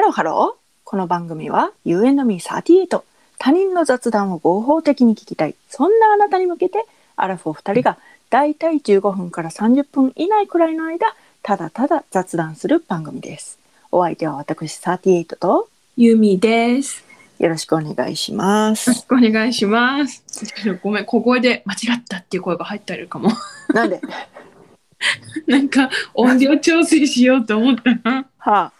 ロハロー。この番組は You and me38。他人の雑談を合法的に聞きたい。そんなあなたに向けて、アラフォー2人がだいたい15分から30分以内くらいの間、ただただ雑談する番組です。お相手は私38とゆみです。よろしくお願いし ます。お願いします。ごめん、小声で間違ったっていう声が入ってるかも。 なんで、なんか音量調整しようと思ったら、は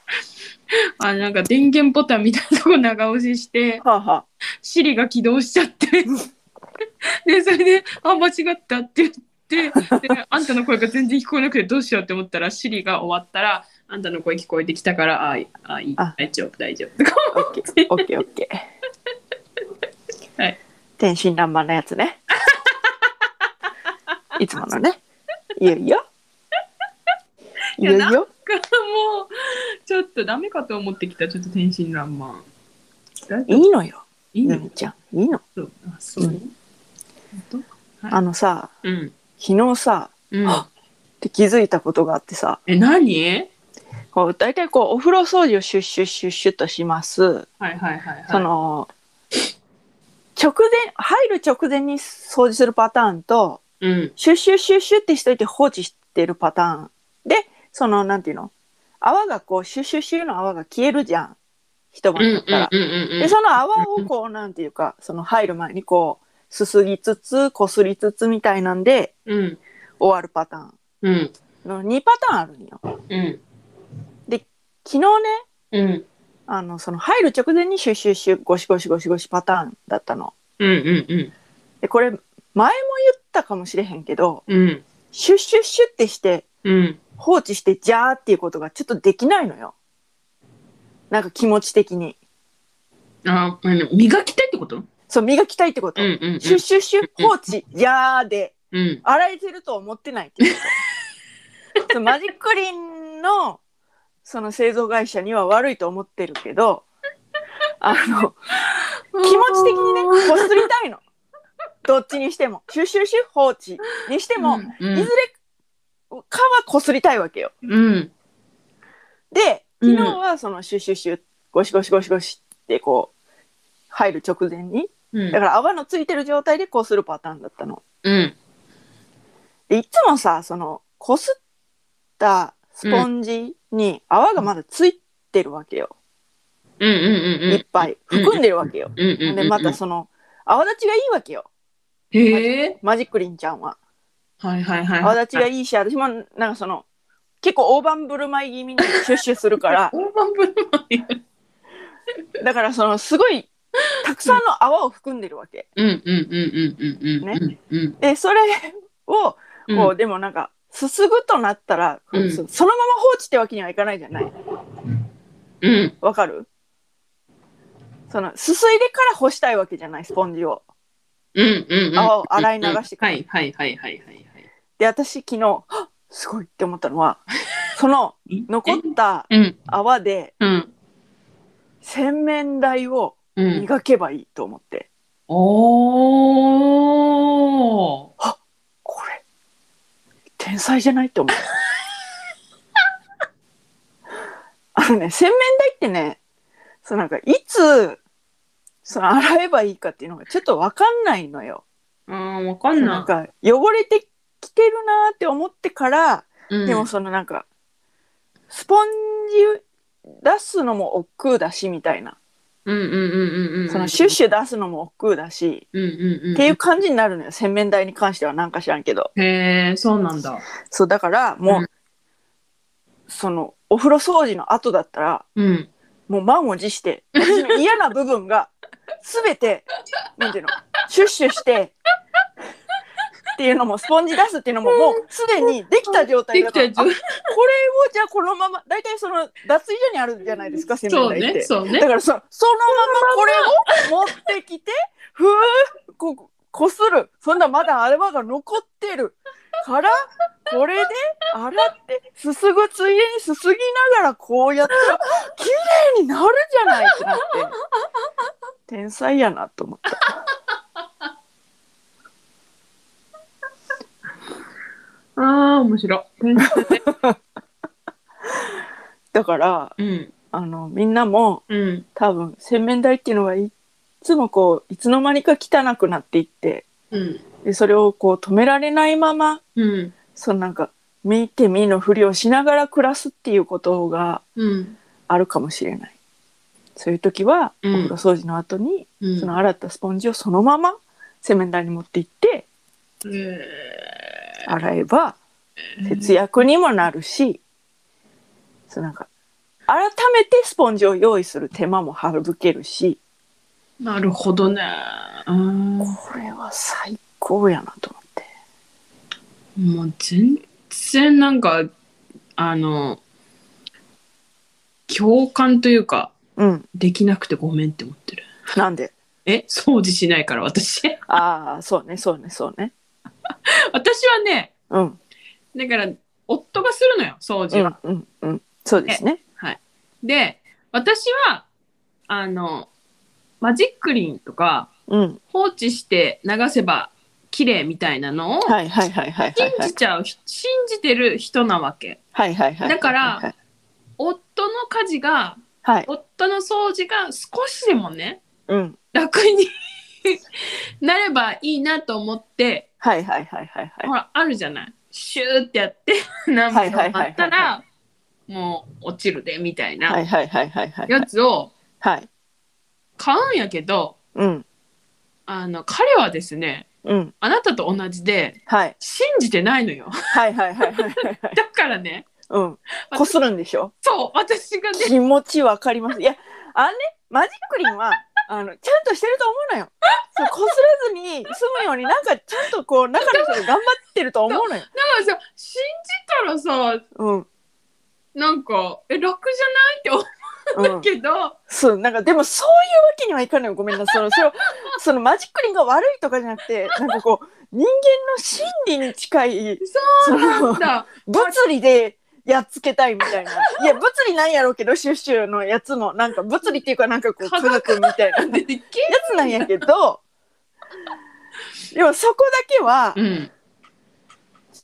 あ、なんか電源ボタンみたいなとこ長押しして、あ、はあはあ、シリが起動しちゃって。 で、それで、あ、間違ったって言って、で、あんたの声が全然聞こえなくてどうしようって思ったら、シリが終わったら、あんたの声聞こえてきたから、あ、いいあいい、あ大丈夫、大丈夫。オッケー、オッケー、オッケー。はい。天真爛漫なやつね。 いつものね。いよいよ。いいやよいよ。からもうちょっとダメかと思ってきたちょっと天真爛漫いいのよ。いいゆのみちゃん。いいの。そうあそう、う本あのさ、当うん昨日さ、うんあって気づいたことがあってさ。え何こう、大体こう、お風呂掃除をシュッシュッシュッシュッとします。はいはいはいそはいの。直前、入る直前に掃除するパターンと。うんシュッシュッシュッシュッってしといて放置してるパターンでそのなんていうの泡がこうシュッシュッシュッの泡が消えるじゃん一うんう晩だんったら。うんうんでその泡をこうなんていうかその入る前にこうすすぎつつこすりつつみたいなんでうん終わるパターンうんの2パターンあるんよ。うん昨日ねうんあのその入る直前にシュッシュッシュッゴシゴシゴシゴシパターンだったの。うんうんでこれ前も言ったかもしれへんけどうんシュッシュッシュッってしてうん放置してジャーっていうことがちょっとできないのよ。なんか気持ち的に。ああの磨きたいってことうんそう、磨きたいってこと。うんうんシュッシュッシュッ放置、ジャーで、うん洗えてると思ってないっていう こと。そうマジックリンの、その製造会社には悪いと思ってるけど、あの、気気持ち的にね、こすりたい の。どっちにしても。シュッシュッシュッ放置にしても、うんいずれかはこすりたいわけよ。うんで昨日はそのシュッシュッシュッゴシゴシゴシゴシってこう入る直前にうだかんら泡のついてる状態でこうするパターンだったの。うんでいつもさそのこすったスポンジに泡がまだついてるわけよ、うんうんうんいっぱい含んでるわけよ。うんうんうんでまたその泡立ちがいいわけよへえマジックリンちゃんは。はいはいはい泡立ちがいいいし私もなんかその結構大盤振る舞い気味にシュッシュするから大盤振る舞いだからそのすごいたくさんの泡を含んでるわけ。うんうんうんうんうんうんうんうんでそれをうんこう、でもなんかすすぐとなったら、うんそそのまま放置ってわけにはいかないじゃないうんわかるそのすすいでから干したいわけじゃないスポンジをうんうん泡を洗い流してくはる、いはいはいはいはいで私昨日はっすごいって思ったの はそのはい残ったうん泡でうん洗面台をうん磨けばいいと思って、おーこれ天才じゃないって 思うあのね洗面台ってねそうなんかいつその洗えばいいかっていうのがちょっと分かんないのよ。あーわかんなんなか汚れてきてるなーって思ってから、いでもそのなんかスポンジ出すのも億劫だしみたいな、うんうんうんうんうんそのシュッシュ出すのも億劫だし、うんうんうんっていう感じになるのよ洗面台に関してはなんか知らんけど。へえそうなんだそうだからもう、うんそのお風呂掃除の後だったらうんもう満を持して私の嫌な部分が全てなんていうのシュッシュしてっていうのもスポンジ出すっていうのももうすでにできた状態でだきから、たあこれをじゃあこのまま大体その脱衣所にあるじゃないですか洗面そう台って、ねそうねだからそそのままこれを持ってき てふうここするそんなまだ泡が残ってるからこれで洗ってすすぐついでにすすぎながらこうやったら綺麗になるじゃないってなって天才やなと思った。ああ面白いだからうんあのみんなもうん。多分洗面台っていうのがいっつもこういつの間にか汚くなっていってうん。でそれをこう止められないままうん。そのなんか見て見ぬふりをしながら暮らすっていうことがうん。あるかもしれないそういう時は、うんお風呂掃除の後に、うんその洗ったスポンジをそのまま洗面台に持って行ってえ洗えばー節約にもなるし、そのなんか改めてスポンジを用意する手間も省けるしなるほどね。うん。もこれは最高やなと思ってう全然なんか、あの、共感というか、うんできなくてごめんって思ってる。なん でえ掃除しないから私。 ああそうねそうねそうね私はね、うんだから、夫がするのよ、掃う除は。んうんうんそうですねで、私は、あの、マジックリンとか、うん放置して流せば綺麗みたいなのをはいはいはいはいはい信はいじちゃう、信じてる人なわけ。はいはいはいだからはい夫の家事が、はい夫の掃除が少しでもね、うん楽になればいいなと思って、はいはいはいはいはいほら、あるじゃない。シューってやって、何はい秒はいはいはいはい待ったら、もう落ちるで、みたいはないはいはいはいはいはやい。つをはい。買うんやけど、うん。あの、彼はですね、うん。あなたと同じで、はい。信じてないのよ。はいはいはいはいはいはい。だからね、 うん。こするんでしょそう、私がね、気持ちわかります。いや、あれね、マジックリンは、あの、ちゃんとしてると思うのよ。そうこすれずに済むように、なんかちゃんとこう、中の人が頑張ってると思うのよ。なんかさ信じたらさうん。なんかえ楽じゃないってう。思うんけど、そう、なんかでもそういうわけにはいかないよ。ごめんなさい。その、その、そのマジックリンが悪いとかじゃなくて、なんかこう、人間の心理に近い、そそうなのんだ物理でやっつけたいみたいな。いや、物理なんやろうけど、シュッシュのやつも、なんか物理っていうか、なんかこう、科科学学みたいなや出てけつなんやけど、でもそこだけは、うん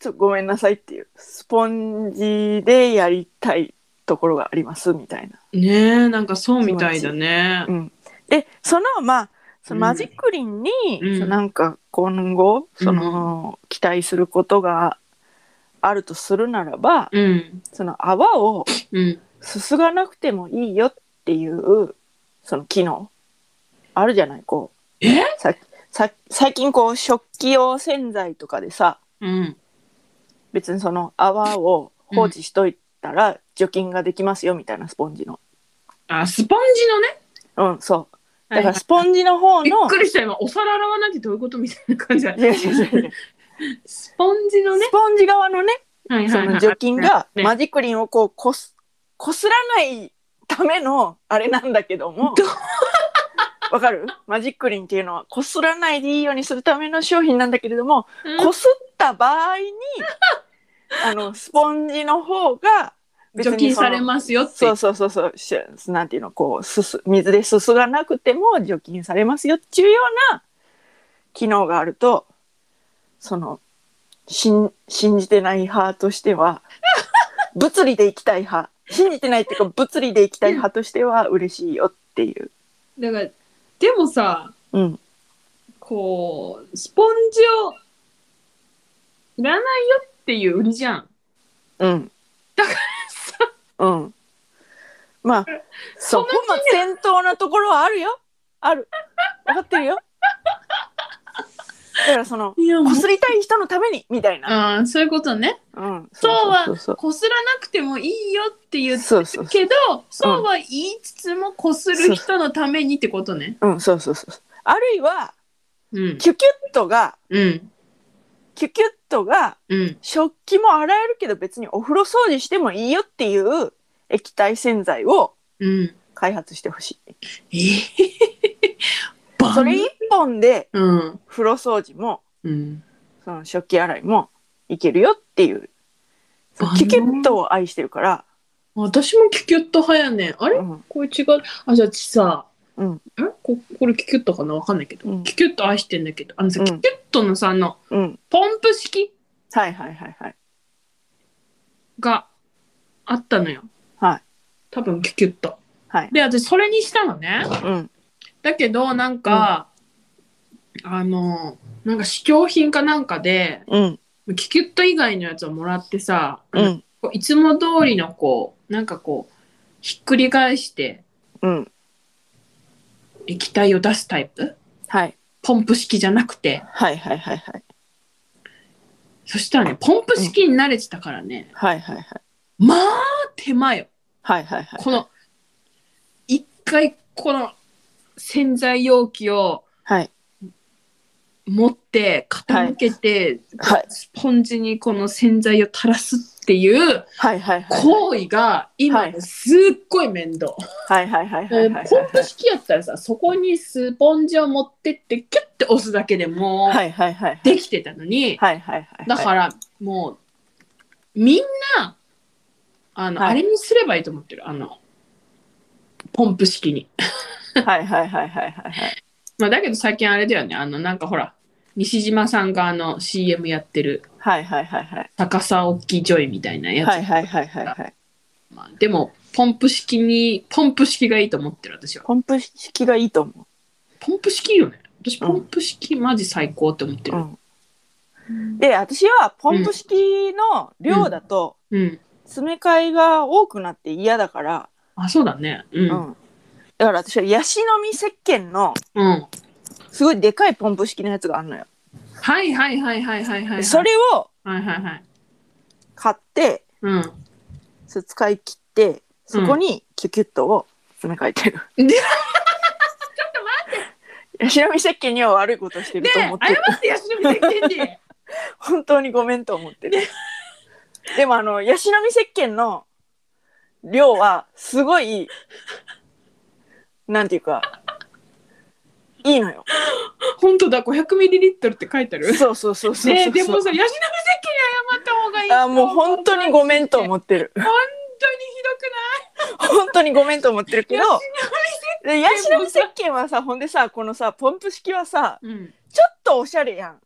ちょっとごめんなさいっていう、スポンジでやりたいところがあります、みたいな。ねえなんかそうみたいだねうんで、その、まあ、そのうんマジックリンに、うんそのなんか今後、その、期待することがあるとするならば、うん その泡を、うんすすがなくてもいいよっていうその機能あるじゃないこうえささ最近こう食器用洗剤とかでさうん別にその泡を放置しといたら除菌ができますよみたいなスポンジのあスポンジのねうんそうだからはいスポンジの方びっの、くりした今お皿洗わなきゃどういうことみたいな感じだい やいやいやいやスポンジのねスポンジ側のねはいそはいはのい除菌がねマジクリンをこうこすこすらないためのあれなんだけどもどわかるマジックリンっていうのはこすらないでいいようにするための商品なんだけれどもうんこすった場合にあのスポンジの方が別に除菌そのされますよってそうそうそうそうしなんていうのこうすす水ですすがなくても除菌されますよっていうような機能があるとそのしん信じてない派として は物理でいきたい派信じてないっていうか物理でいきたい派としては嬉しいよっていう。だからでもさうん、こうスポンジをいらないよっていう売りじゃんうん、だからさ、うん、まあそう本末転倒なところはあるよある分かってるよだからそのいやこすりたい人のためにみたいな。ああそういうことね。うん、そうはそうそうこすらなくてもいいよって言うそうそうそうけど、そうは言いつつもこする人のためにってことね。うんそうそうそうそうあるいはうん。キュキュットがうん。キュキュットがうん。食器も洗えるけど別にお風呂掃除してもいいよっていう液体洗剤をうん。開発してほしいえー、バンそれ一本でうん。風呂掃除もうん。その食器洗いもいけるよっていうその万能キュキュットを愛してるから、私もキュキュッと派やねん。あうれん、これ違う。あ、じゃあちさ、うん。えここれキュキュットかなわかんないけど、うんキュキュット愛してんだけど、あのさ、うんキュキュットのさ、あの、うん、ポンプ式はいはいはいはいがあったのよ。はい。多分キュキュッと。はいで、私それにしたのね。うん。だけど、なんか、あの、なんか試供品かなんかで、うん。キュキュット以外のやつをもらってさ、うん。こういつも通りのこう、なんかこう、ひっくり返してうん。液体を出すタイプはい。ポンプ式じゃなくて。はいはいはいはい。そしたらね、ポンプ式に慣れてたからね、はいはいはい。まあ、手間よ。はいはいはい。この、一回この洗剤容器をはい。持って傾けて、はい。スポンジにこの洗剤を垂らすっていうはいはいはい。行為が今、はいすっごい面倒、はいはいはいはいはい。ポンプ式やったらさそこにスポンジを持ってってキュッて押すだけでもはいはいはい。うできてたのに、はいはいはい。。だかららもうみんなあの、はいあれにすればいいと思ってるあのポンプ式に、はいはいはいはいはいはい。まあ、だけど最近あれだよねあのなんかほら西島さんがあの CM やってるはいはいはいはい。高さ大きいジョイみたいなやつ、はいはいはいはいはい。まあ、でもポンプ式にポンプ式がいいと思ってる私はポンプ式がいいと思ポンプ式いいよね私うんポンプ式マジ最高って思ってう。うるん。うん、で、私はポンプ式の量だと、詰め替えが多くなって嫌だから、あそうだねううんん。だから私はヤシの実石鹸のうん、すごいでかいポンプ式のやつがあるのよ。はいはいはいはいはいはいそれをはいはいはい買って、うんそう使い切って、そこにキュキュットを詰め替えてる。う んちょっと待って ヤシの実石鹸には悪いことしてるねとえ思ってる。謝ってヤシの実石鹸に本当にごめんと思ってる。でもあの、ヤシの実石鹸の量はすごい、なんていうか、いいの よ。 本当だ500ミリリットルって書いてあるそうそうそうそうそう。ねえでもさヤシの実石鹸に謝った方がいいあもう本当にごめんとって思って る。本当に本当にごめんと思ってるひけどどく、でヤシの実石鹸はさ、ほんでさ、このさ、ポンプ式はさ、ないうんちょっとおしゃれやん。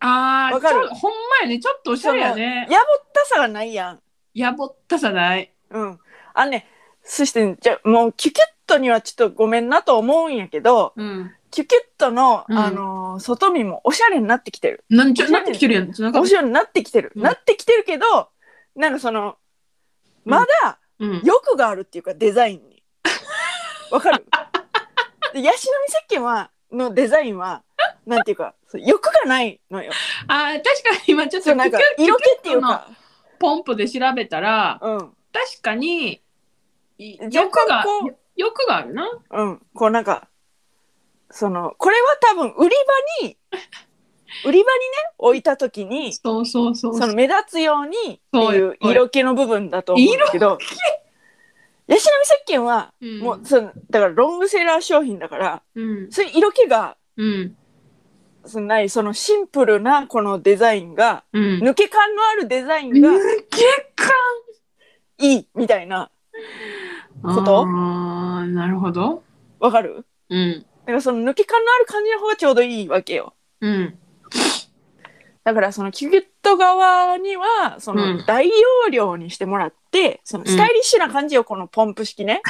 ああわかるほんまやねちょっとおしゃれやねやぼったさがないやん。やぼったさないうん。あのね、そして、じゃあもうキュキュットにはちょっとごめんなと思うんやけど、うんキュキュットの、うんあのー外見もおしゃれになってきてる。なんちょなってきてるやんなんかおしゃれになってきてる。うんなってきてるけど、なんかその、うんまだうん欲があるっていうか、デザインに。わ かるでヤシの実石鹸は、のデザインは、なんていうか、そう欲がないのよ。あー確かに今ちょっそとうなんか、キュキュ色気っていうキュキュッか、トのポンプで調べたらうん。確かにい若干欲がこ欲があるなうん、こうなんか、その、これは多分売り場 に、売り場にね、置いた時に、そうそうそうそそうの目立つようにっていう色気の部分だと思うんだけど、ヤシの実石鹸は、うんもう、その、だからロングセラー商品だから、うんそういう色気が、うんそのない、そのシンプルなこのデザインが、うん抜け感のあるデザインが抜けいい、みたいな、感ことあーなるほど。わかるうん。だからその抜け感のある感じの方がちょうどいいわけよ。うん。だからそのキュキュット側にはそうんの大容量にしてもらって、そのスタイリッシュな感じよこのポンプ式 ね、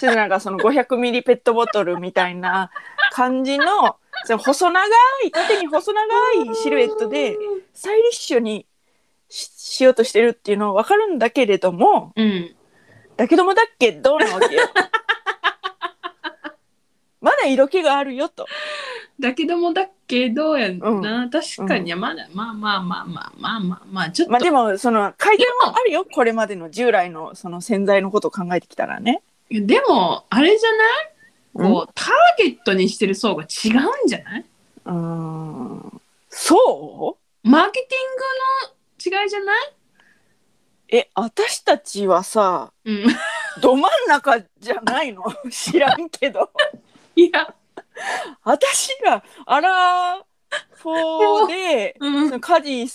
ちょっとなんかその500ミリペットボトルみたいな感じのその細長い縦に細長いシルエットでスタイリッシュにししようとしてるっていうのは分かるんだけれどもうん。だけどもだっけどうなわ けよまだ色気があるよとだけどもだけどやな、確かうんにまだまあまあまあまあまあまあまあちょっと、まあでもその改善でもあるよこれまでの従来のその洗剤のことを考えてきたらねもでもあれじゃないうんこうターゲットにしてる層が違うんじゃないうーんそマーケティングの違いじゃないうえ私たちはさうん。 ど真ん中じゃないの 知らんけどいや、私がアラフォーでうそん。の家事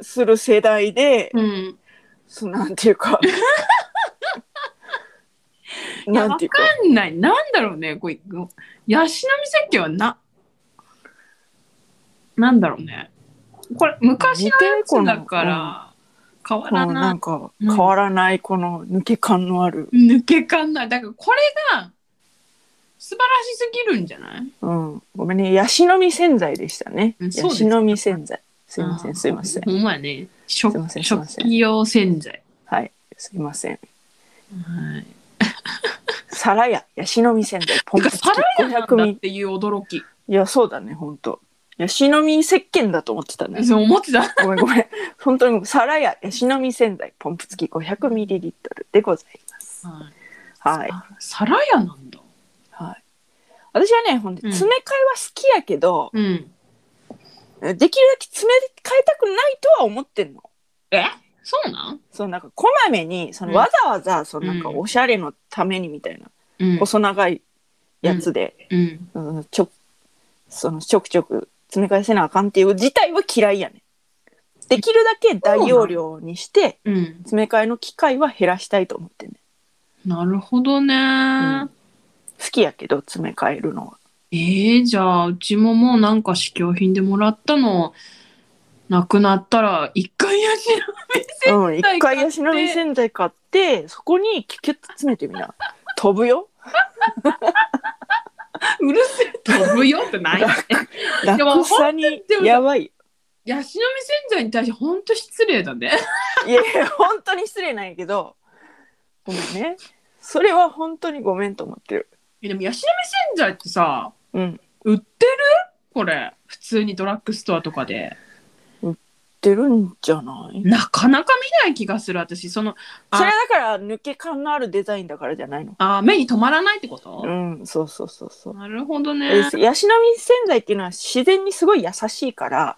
する世代でうん。そのなんていうかいやなんていうかわかんない。なんだろうね。こう、ヤシの実石鹸はな、なんだろうね。これ、昔のやつだから、変わこらのななんかうん変わらないこの抜け感のある、い。抜け感ない。だからこれが素晴らしすぎるんじゃないうん、ごめんねヤシの実洗剤でしたねうんヤそうですシの実洗剤すいませあーんすいませんほんまやね。食すいませんすい食ません器用洗剤。はいすいませんはい。皿やヤシの実洗剤ポてンかプ付皿き屋なんだ500ミっリていう驚き。いやそうだねほんとヤシの実石鹸だと思ってたねそう思ってた。ごめんごめん本当に皿やヤシの実洗剤ポンプ付き500ミリリットルでございますはいあ。皿屋なんだ。はい私はねほんでうん詰め替えは好きやけど、うん。できるだけ詰め替えたくないとは思ってんの。えそうなんそうなんかこまめにそのうんわざわざそのなんかうんおしゃれのためにみたいな、うん。細長いやつで、うん。うんちょそのちょくちょく詰め替えせなあかんっていう自体は嫌いやねんできるだけ大容量にしてうん。詰め替えの機会は減らしたいと思ってんねなるほどね。ん好きやけど詰め替えるのは。ええじゃあうちももうなんか試供品でもらったのなくなったら一回やしなうん、一剤買って回ヤシの実洗剤買ってそこにキュキュッと詰めてみな飛ぶようるせえ飛ぶよってないでも楽さにでもやばい ヤシの実洗剤に対してほんと失礼だねいやいや本当に失礼なんやけどごめんねそれは本当にごめんと思ってるでもヤシの実洗剤ってさうん売ってるこれ普通にドラッグストアとかで出るんじゃないなかなか見ない気がする私そのそれはだから抜け感のあるデザインだからじゃないのあー目に留まらないってこうと、んそうそうそうそうなるほどねえヤシの実洗剤っていうのは自然にすごい優しいから、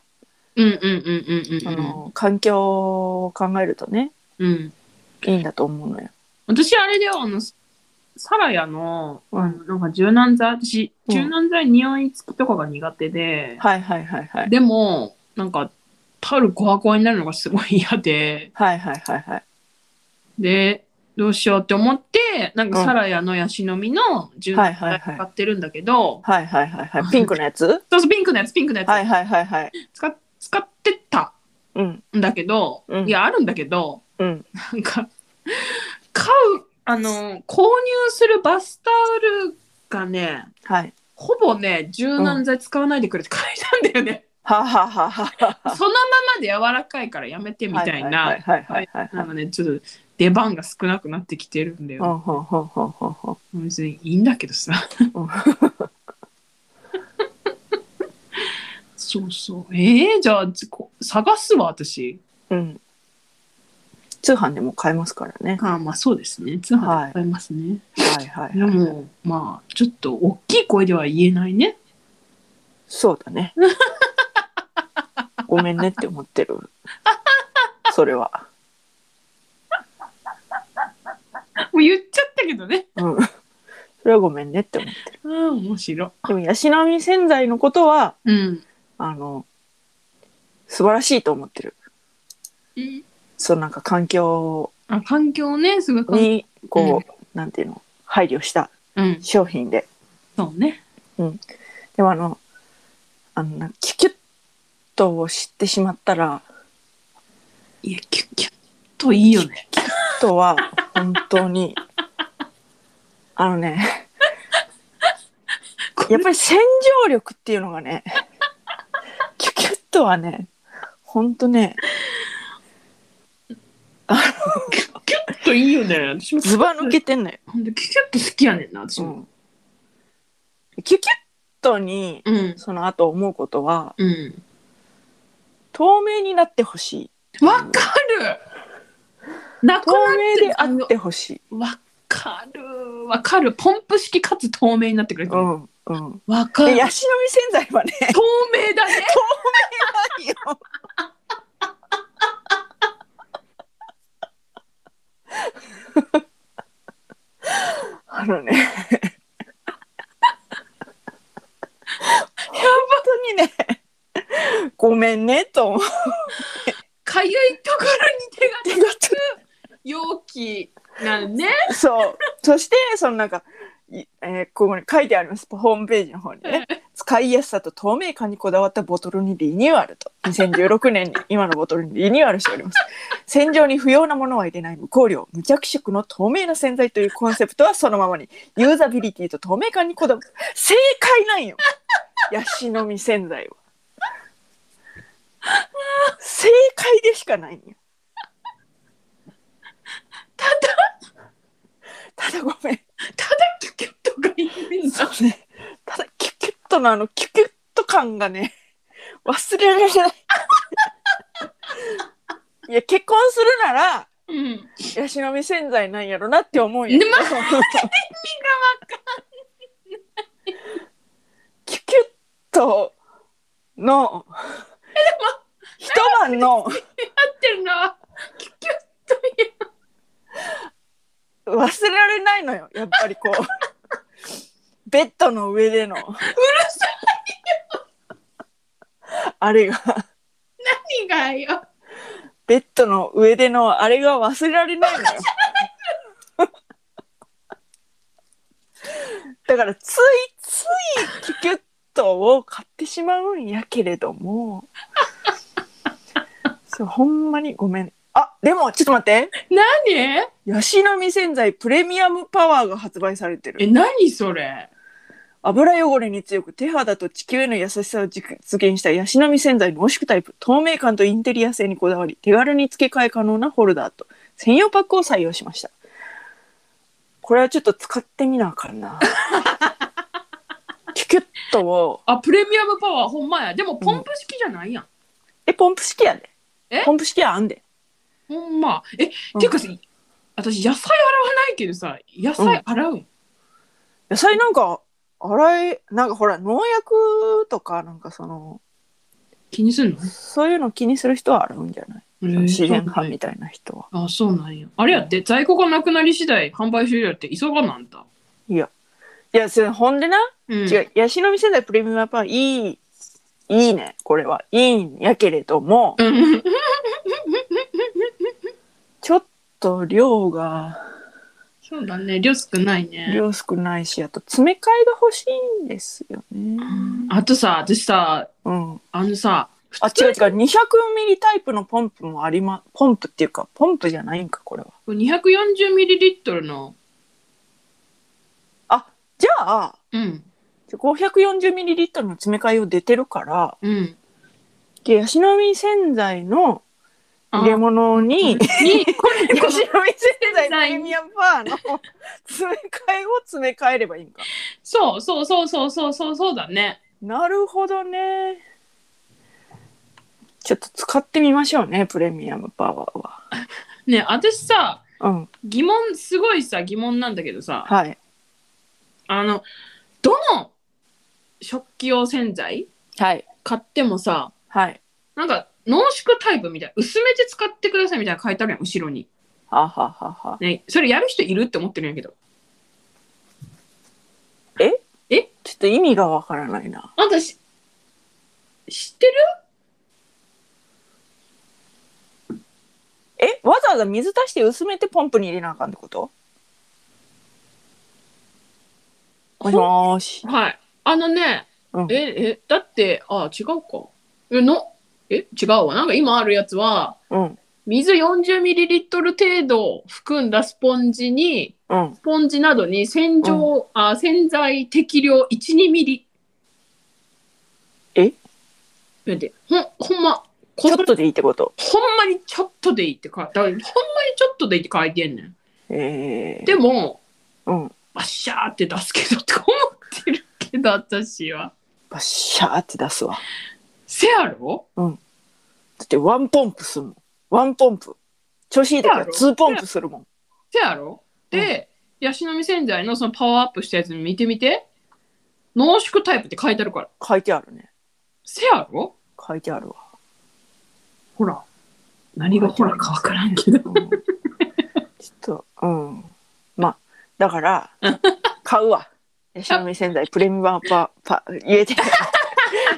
うんうんうんうんうあんうんの環境を考えるとねうんいいんだと思うのよ私あれだよ、あの、サラヤの、うんあのなんか柔軟剤、私、うん柔軟剤匂い付きとかが苦手で、はいはいはいはいでも、なんか、タオルコワコワになるのがすごい嫌で、はいはいはいはいで、どうしようって思って、なんうかんサラヤのヤシの実の柔はい軟はい剤はい使ってるんだけど、はいはいはい はいピンクのやつそうそう、ピンクのやつ、ピンクのやつ、はいはいはいはい使使ってたうんんだけど、うんいや、あるんだけど、うんなんか、買う、あの、購入するバスタオルがね、はいほぼね、柔軟剤使わないでくれって書いたんだよね。はははははそのままで柔らかいからやめてみたいはな。いはいはいはいはいなんかね、ちょっと出番が少なくなってきてるんだほよ。んほんほんほんほんほん別にいいんだけどさうん。そうそう。えー、じゃあ、つこ探すわ、私。うん。通販でも買えますからね。あーまあそうですね。通販で買いますね。はいはい。でも、まあ、ちょっと大きい声では言えないね。そうだね。ごめんねって思ってる。それは。もう言っちゃったけどね。うん。それはごめんねって思ってる。うん、面白でも、ヤシの実洗剤のことは、い。うん。あの、素晴らしいと思ってる。そのなんか環境あ環境ね、すごい環境。に、こう、なんていうの、配慮したうん、商品で。そうね。でもあの、あの、なんかキュキュッとを知ってしまったら、いや、キュッキュッといいよね。とは本当にあのねやっぱり洗浄力っていうのがねキュキュッとはね本当ねキュッキュッといいよね。私もずば抜けてんのよ、ほんとキュッキュッと好きやねんな、私うも。ん、キュキュッとにうん。その後思うことはうん。透明になってほしいわかるな透くな明であっっててほしいわかる。わかる。ポンプ式かつ透明になってくれうてる。んうんわかでる。ヤシの実洗剤はね透明だね。ないよあのね。本当にね。ごめんねと思っかゆいところに手がて届く容器なんね。そう。そして、そのなんか、いえーここに書いてあります。ホームページの方にね。使使いやすさと透明感にこだわったボトルにリニューアルと2016年に 今のボトルにリニューアルしております洗浄に不要なものは入れない無香料無着色の透明な洗剤というコンセプトはそのままにユーザビリティと透明感にこだわる正解なん よヤシの実洗剤は正解でしかないんよただごめんただキュキュッとがいいんそだうね。ただ、キュキュッとのあの、キュキュッと感がね、忘れられない。いや、結婚するなら、うんヤシの実洗剤なんやろなって思うんやけど。ね まキュキュッとの、一晩の合ってるなキュキュッとい忘れられないのよ、やっぱりこう。ベッドの上での。うるさいよあれが。いがよベッドの上でのあれが忘れられないのよ。だからついついキュキュットを買ってしまうんやけれどもそうほんまにごめんあでもちょっと待って何ヤシの実洗剤プレミアムパワーが発売されてえる何それ油汚れに強く手肌と地球への優しさを実現したヤシの実洗剤濃縮タイプ透明感とインテリア性にこだわり手軽に付け替え可能なホルダーと専用パックを採用しましたこれはちょっと使ってみなあかんなキュキュッとをあプレミアムパワーほんまやでもポンプ式じゃないやん、えポンプ式やでえポンプ式やあんでほんまえ、うんていうかさ私野菜洗わないけどさ野菜洗うん、野菜なんか洗いなんかほら農薬とかなんかその気にすんの、そういうの気にする人は洗うんじゃないえ自然そうな派んやみたいな人はあそうなんやあれやって在庫がなくなり次第販売終了って急がなんだ、いやいやそれほんでなうん、違う、ヤシの実仙台プレミアムパンいい、いいね、これは。いいんやけれども、うんちょっと量が、 そうだね量少ないね量少ないし、あと詰め替えが欲しいんですよね。あとさ私さうん。あのさあ、違う違う、200ミリタイプのポンプもありま、ポンプっていうか、ポンプじゃないんか、これは。 240ミリリットルのじゃあ、うん540ミリリットルの詰め替えを出てるから、うんでヤシの実洗剤のあ入れ物に、にこれ ヤシの実洗剤プレミアムバーの詰め替えを詰め替えればいいんか。そうそうそうそうそうそうそうだねなるほどね。ちょっと使ってみましょうね、プレミアムパワーは。ね私さうん、疑問すごいさ疑問なんだけどさはい。あのどの食器用洗剤はい。買ってもさはい。なんか濃縮タイプみたいな薄めて使ってくださいみたいな書いてあるやん後ろに、はあはあはあはあ。ね、それやる人いるって思ってるんやけどちょっと意味がわからないな。あんたし知ってるえ、わざわざ水足して薄めてポンプに入れなあかんってこともしもーし。はい。あのね、うんえ、え、だって、あ、違うか。え、の、え、違うわ。なんか今あるやつは、うん。水 40ml 程度を含んだスポンジに、うんス。ポンジなどに洗浄、あ、洗剤適量 1,2ml。えだって、ほん、ほんま、こちょっとでいいってこと。ほんまにちょっとでいいって書いて、だからほんまにちょっとでいいって書いてんねん。えー。でも、うん。バッシャーって出すけどって思ってるけど、私は。バッシャーって出すわ。せやろだってワンポンプすんもん。ワンポンプ。調子いい時はツーポンプするもん。せやろで、ヤシの実洗剤のそのパワーアップしたやつ見てみて。濃縮タイプって書いてあるから。書いてあるね。せやろ書いてあるわ。ほら。何がほらかわからんけど。うんちょっと、うん。まあ、だ から、買うわ。ヤシの実洗剤プレミアムパパ、言えて ない。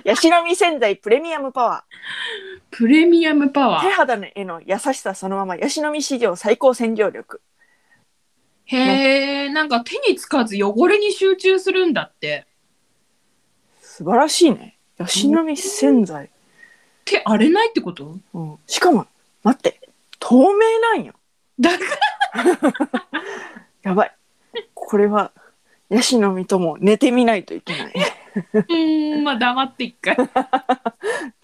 ヤシの実洗剤プレミアムパワプレミアムパワー。手ー。肌への優しさそのまま、ヤシの実史上最高洗浄力。へえ、なんか手につかず汚れに集中するんだって。す素晴らしいね。ヤシの実洗剤。手荒れないってことうん、しかも、待って、透明なんよ。だかやばい。これは、ヤシの実とも寝てみないといけない。ら、うーん、まあ黙って一 回。抱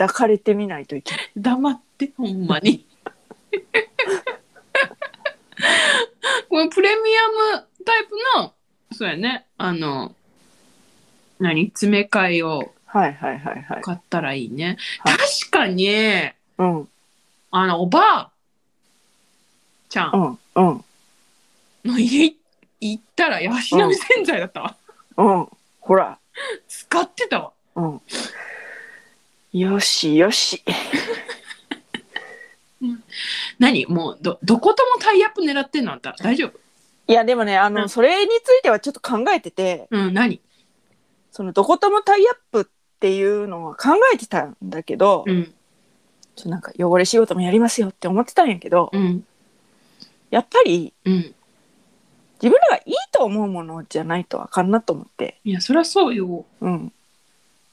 かれてみないといけない。黙って、ほんまに。これプレミアムタイプの、そうやね、あの、何詰め替えをはいはいはいはい。買ったらいいね。はい確かに、うん、うん、あの、おばあちゃんうん、の家行ったら、ヤシの実洗剤だったわ。うん。ほら、使ってたわ。うん。よしよし。何もう、ど、どこともタイアップ狙ってんのあんた。大丈夫いや、でもね、あうんの、それについてはちょっと考えてて、うん、何その、どこともタイアップっていうのは考えてたんだけど、うん、ちょっとなんか汚れ仕事もやりますよって思ってたんやけど、うん、やっぱりうん。自分らがいいと思うものじゃないとあかんなと思って、いや、そりゃそうよ。うん。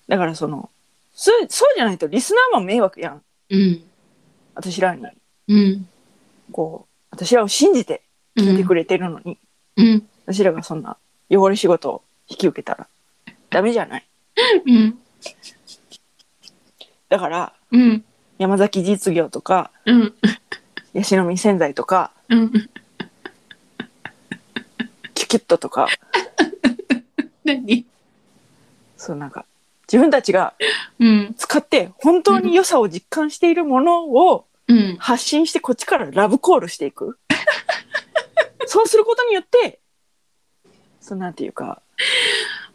だからその、そう、そうじゃないとリスナーも迷惑やん。うん、私らに、うん、こう、私らを信じてう来てんく。れてるのに、うん、私らがそんな汚れ仕事を引き受けたらダメじゃない。うん、だから、うん、山崎実業とか、うん、ヤシの実洗剤とか、うん。キュキュットとか、何そうなんか、自分たちがうん、使って本当に良さを実感しているものを、うん、発信してこっちからラブコールしてい くそうすることによってそうなんていうか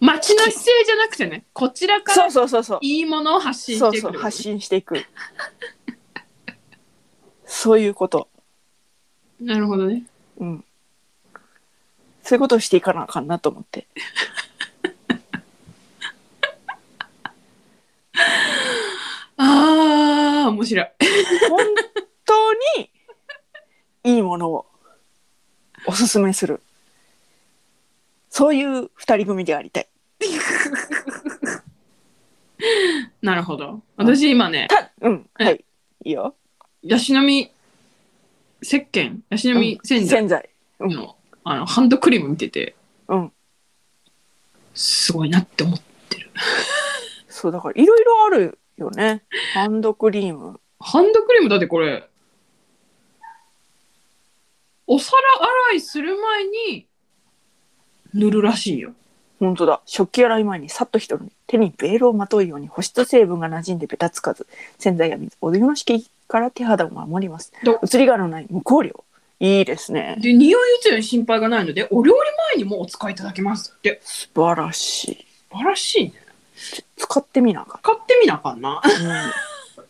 街の姿勢じゃなくてね、こちらかそらうそうそうそういいものを発信そしうてくそうる。発信していくそういうこと、なるほどね。うん、そういうことをしていかなあかんなと思ってああ、面白い。本当にいいものをおすすめするそういう二人組でありたいなるほど。私今ね、たうんうんはいいいよヤシの実石鹸、ヤシの実洗剤洗剤うんの,、あのハンドクリーム見てて、うんすごいなって思った。そうだからいろいろあるよね。ハンドクリーム。ハンドクリームだってこれ、お皿洗いする前に塗るらしいよ。本当だ。食器洗い前にさっと一人手にベールをまとうように保湿成分が馴染んでベタつかず洗剤や水お湯の敷きから手肌を守りますど。移りがのない無香料。いいですね。で、匂い移りの心配がないので、お料理前にもお使いいただけますって。素晴らしい。素晴らしいね。使ってみなあか買ってみなあかんな。 ん。うん、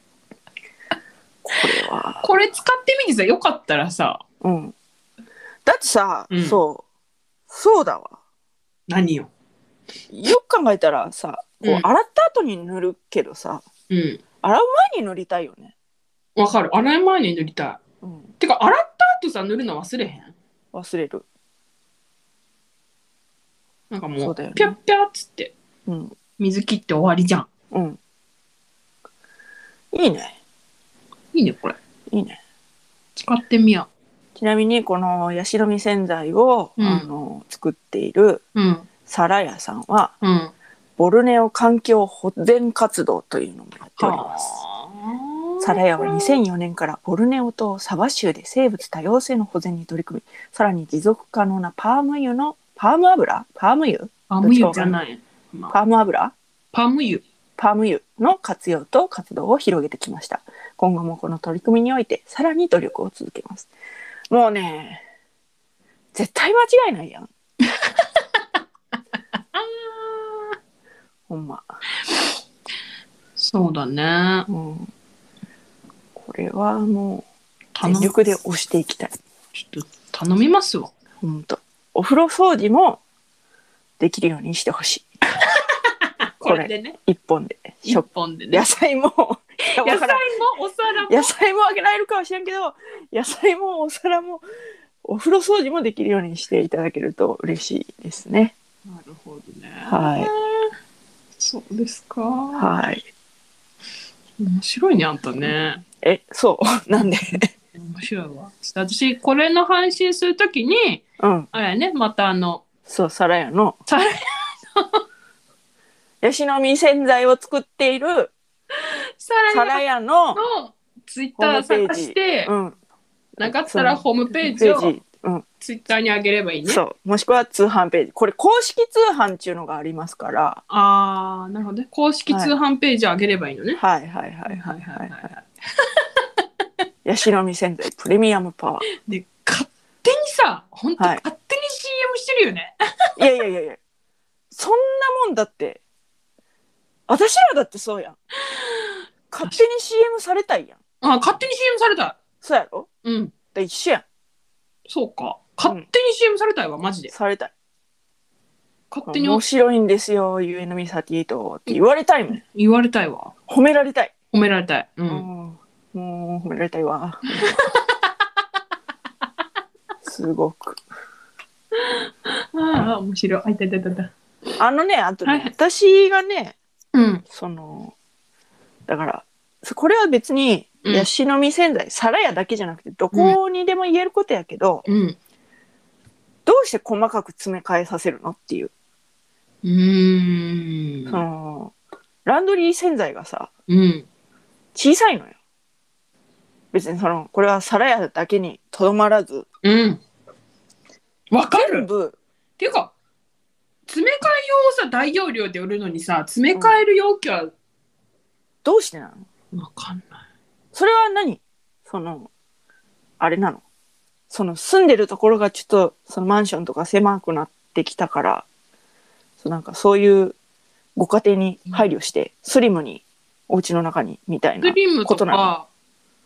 これは。これ使ってみてさ、よかったらさ、うん。だってさ、うんそうそうだわ。何よ。よく考えたらさ、こううん洗った後に塗るけどさ、うん。洗う前に塗りたいよね。わかる。洗い前に塗りたうん。い。てか、洗った後さ、塗るの忘れへん。忘れる。なんかそもう、うだよねぴゃっぴゃっつって、うん。水切って終わりじゃん。うん。いいね。いいね、これ。いいね。使ってみよちなみに、このヤシの実洗剤を、うんあの、作っているう。うん。皿屋さんは、うん。ボルネオ環境保全活動というのもやっております。は皿屋は2000 2004年からボルネオ島サバ州で生物多様性の保全に取り組み、さらに持続可能なパーム油の、パーム油パーム油パム油じゃない。パーム油パム油。パーム油の活用と活動を広げてきました。今後もこの取り組みにおいてさらに努力を続けます。もうね、絶対間違いないやん。ほんま。そうだね。うん、これはもう頼全む力で押していきたい。ちょっと頼みますわ。ほんと。お風呂掃除もできるようにしてほしこれでね。い。一本で。一食本でね。野菜も、いや野わ菜からんもお皿も。野菜もあげられるかは知らんけど野菜もお皿もお風呂掃除もできるようにしていただけると嬉しいですね。なるほどね。。はいそうですか。面はい。白いね、あんたね。え、そう。 なんで面白いわ。ちょっと私、これの配信するときに、うん。あれやね、またあの、そう、皿屋の。皿屋の。吉野美洗剤を作っているさら皿に屋の、のツイッター探してう、ん、なかったらホームページペーをジ、うん、ツイッターに上げればいいね。そう、もしくは通販ページ。これ公式通販っていうのがありますから、あー、なるほどね。公式通販ページを上げればいいのね。はいはいはいはいはいはい。ヤシの実洗剤プレミアムパワー。で、勝手にさ、本当はい勝手に CM してるよね。いやいやいやいや、そんなもんだって、私らだってそうやん。勝手に CM されたいやん。あ、勝手に CM された。そうやろうん、で一緒やん。そうか。勝手に CM されたいわ、マジで。されたい。勝手に面白いんですよ、UNB38 って言われたいもん。言われたいわ。褒められたい。褒められたい。う。うんん、もう褒められたい わ。すごく。ああ、面白い。あ、いたいたいたいた。あのね、あとね、はいはい私がね、うん。その、だから、そこれは別に、うんヤシの実洗剤、皿屋だけじゃなくて、どこにでも言えることやけど、うん。どうして細かく詰め替えさせるのっていう。うーそん。の、ランドリー洗剤がさ、うん。小さいのよ。別にその、これは皿屋だけにとどまらず、うん。わか全る部、っていうか、詰め替え用をさ、大容量で売るのにさ、詰め替える容器はどうしてなのわかんない。それは何その、あれなのその住んでるところがちょっと、そのマンションとか狭くなってきたから、そうなんかそういうご家庭に配慮して、スリムに、お家の中に、みたいなス。リムこととなか、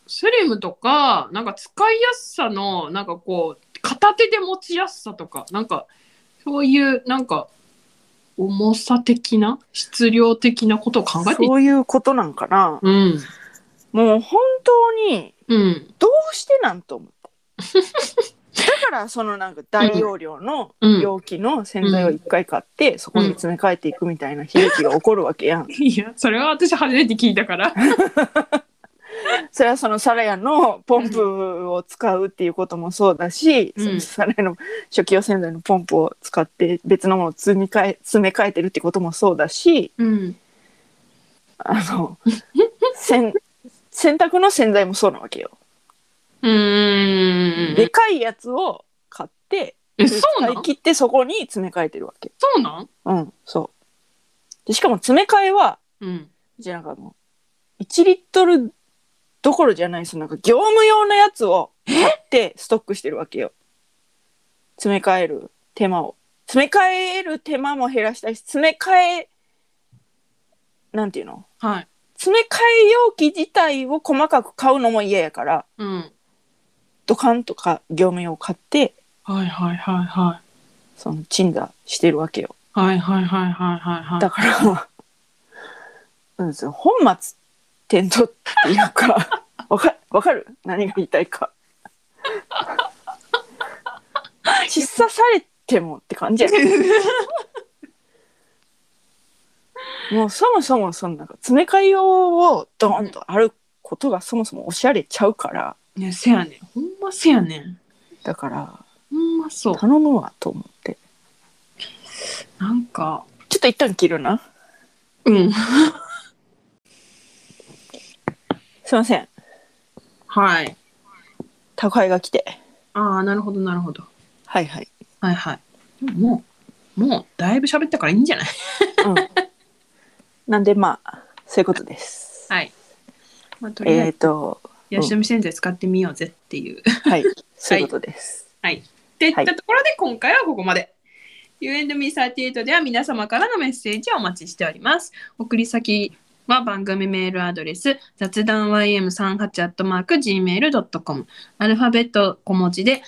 スリムとか、なんか使いやすさの、なんかこう、片手で持ちやすさとか、なんか、そういう、なんか、重さ的な、質量的なことを考えていそういうことなんかなうん。もう本当に、うん。どうしてなんと思って。だから、そのなんか大容量のうん。容器の洗剤を一回買って、そこに詰め替えていくみたいな悲劇が起こるわけやん。いや、それは私初めて聞いたから。それはそのサラヤのポンプを使うっていうこともそうだし、うんそのサラヤの初期用洗剤のポンプを使って別のものを積み替え詰め替えてるってこともそうだしうん。あ の洗洗濯の洗剤もそうなわけよ、うーん。でかいやつを買ってえ、そ使うないん切ってそこに詰め替えてるわけそうなんうんそうでしかも詰め替えはうん。じゃあなんかもう1リットルどころじゃないそのなんか業務用のやつを買ってストックしてるわけよ詰め替える手間を詰め替える手間も減らしたいし詰め替えなんていうのはい。詰め替え容器自体を細かく買うのも嫌やからうん。ドカンとか業務用を買ってはいはいはいはい。その鎮座してるわけよはいはいはいはいはいはい。だからうんそう本末転倒っていうか わかわかる何が言いたい か小さされてもって感 じやねもうそもそもそのなんか詰め替え用をドーンとあることがそもそもおしゃれちゃうからね、せやねん。ほんませやねん。だからほんまそう。頼むわと思ってなんか、ちょっと一旦切るなうん。すいませんはい。宅配が来てああ、なるほどなるほど。はいはい、はいはい。でももう、もう、だいぶ喋ったからいいんじゃないうん、なんでまあそういうことですはい。まあ、とりあええっ、ず、と吉富洗剤使ってみようぜっていう。はい、そういうことです。っていっはいたところで今回はここまで。U&Me38 では皆様からのメッセージをお待ちしております。送り先は番組メールアドレス雑談 ym38-gmail.com アルファベット小文字で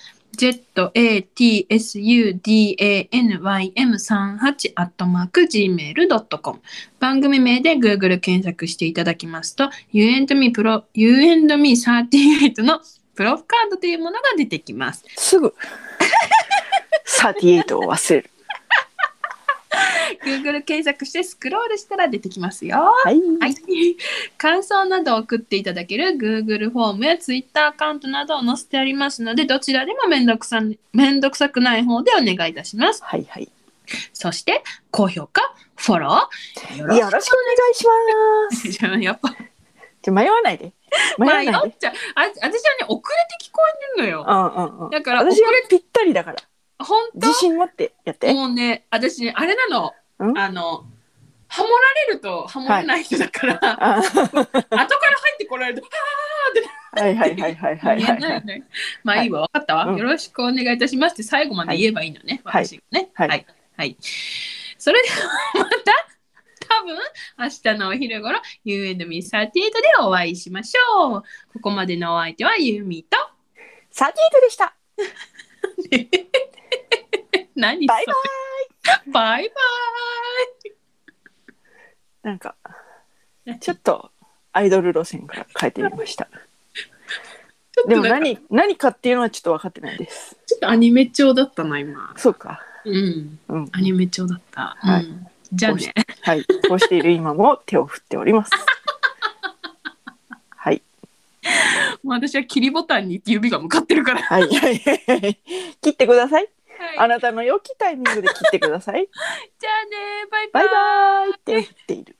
zatsudanym38-gmail.com 番組名で Google 検索していただきますと U&Me プロ U&Me38 のプロフカードというものが出てきます。すぐ。サティエイトを忘れる。 Google 検索してスクロールしたら出てきますよ。はい。はい、感想などを送っていただける Google フォームや Twitter アカウントなどを載せてありますのでどちらでもめんどくさめんどくさくない方でお願いいたしますはいはい。そして高評価フォローよろしくお願いします。いじゃあ やっぱじゃ迷わないで。迷まあわよないで。っちゃあ私はね遅れて聞こえるのうよんうんうん。だから遅私はれぴったりだから。本自信持ってやっ 当て。もうね私ねあれなのんあのハモられるとハモれない人だから、あ 後から入ってこられるとはいはいはいはいはい言はえないよい。ね。まあいいわ、分かったわ、うんよろしくお願いいたしますって最後まで言えばいいのね、はい私がね。はいはい。はいそれではまた、多分明日のお昼頃、You and me38 でお会いしましょう。ここまでのお相手はユーミーと。サティートでした。何バイバイバイバなんかイちょっとアイドル路線から変えてみました。ちょっとでなもんか何何かっていうのはちょっと分かってないです。ちょっとアニメ調だったな、今。そうか。うん。うん。アニメ調だった。はいうんじゃあね。はい。こうしている今も手を振っております。はい。もう私は切りボタンに指が向かってるから。はいはいはい。切ってください。あはいなたの良きタイミングで切ってください。じゃあね。バイババイイ。バーイって振っている。